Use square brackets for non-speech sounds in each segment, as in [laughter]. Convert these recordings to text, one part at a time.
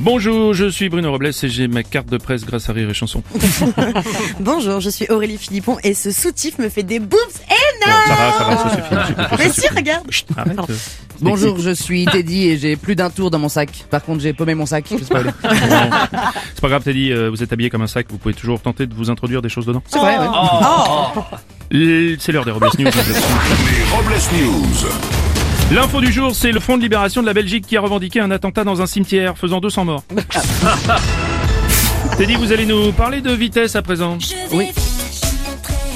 Bonjour, je suis Bruno Robles et j'ai ma carte de presse grâce à Rire et Chanson. Bonjour, je suis Aurélie Philippon et ce soutif me fait des boobs énormes Ça va, ça va, ça suffit. j'ai compris, ça Mais si, suffit. regarde Chut, arrête. euh, c'est Bonjour, je suis Teddy et j'ai plus d'un tour dans mon sac. Par contre, j'ai paumé mon sac. C'est pas, grave. Non. C'est pas grave, Teddy, euh, vous êtes habillé comme un sac, vous pouvez toujours tenter de vous introduire des choses dedans. C'est vrai, ouais. Oh. L- C'est l'heure des Robles News. Les Robles News. L'info du jour, c'est le Front de Libération de la Belgique qui a revendiqué un attentat dans un cimetière, faisant 200 morts. Teddy, vous allez nous parler de vitesse à présent. Oui.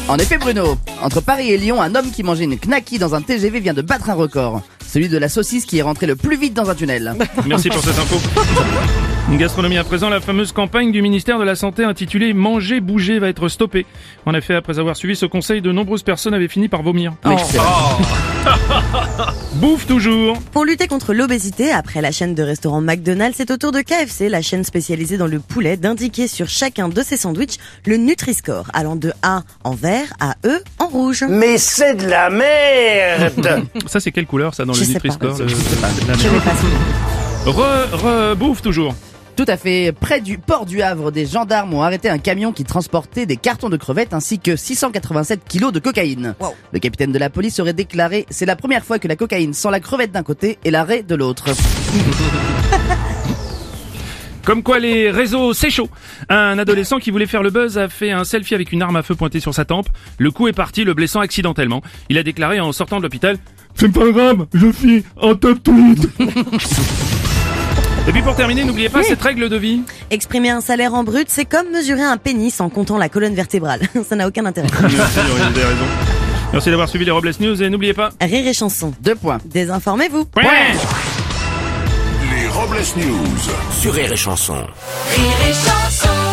En effet, Bruno, entre Paris et Lyon, un homme qui mangeait une knacky dans un TGV vient de battre un record. Celui de la saucisse qui est rentrée le plus vite dans un tunnel. Merci pour cette info. Gastronomie à présent, la fameuse campagne du ministère de la Santé intitulée Manger, bouger va être stoppée. En effet, après avoir suivi ce conseil, de nombreuses personnes avaient fini par vomir. Oh. Oui, c'est vrai. Bouffe toujours [laughs] Pour lutter contre l'obésité, après la chaîne de restaurants McDonald's, c'est au tour de KFC, la chaîne spécialisée dans le poulet, d'indiquer sur chacun de ses sandwichs le Nutri-Score, allant de A en vert à E en rouge. Mais c'est de la merde Ça, c'est quelle couleur, ça, dans Je le sais Nutri-Score pas. le- Je la Je vais merde. passer. Re, re, bouffe toujours Tout à fait. Près du port du Havre, des gendarmes ont arrêté un camion qui transportait des cartons de crevettes ainsi que 687 kilos de cocaïne. Wow. Le capitaine de la police aurait déclaré « C'est la première fois que la cocaïne sent la crevette d'un côté et l'arrêt de l'autre ». Comme quoi les réseaux, c'est chaud Un adolescent qui voulait faire le buzz a fait un selfie avec une arme à feu pointée sur sa tempe. Le coup est parti, le blessant accidentellement. Il a déclaré en sortant de l'hôpital « C'est pas grave, je suis en top tweet !» Et puis pour terminer, n'oubliez pas cette règle de vie. Exprimer un salaire en brut, c'est comme mesurer un pénis en comptant la colonne vertébrale. [laughs] Ça n'a aucun intérêt. Merci, vous avez raison. Merci d'avoir suivi les Robles News et n'oubliez pas... Rire et chanson. Deux points. Désinformez-vous. Les Robles News. Sur Rire et Chanson. Rire et chanson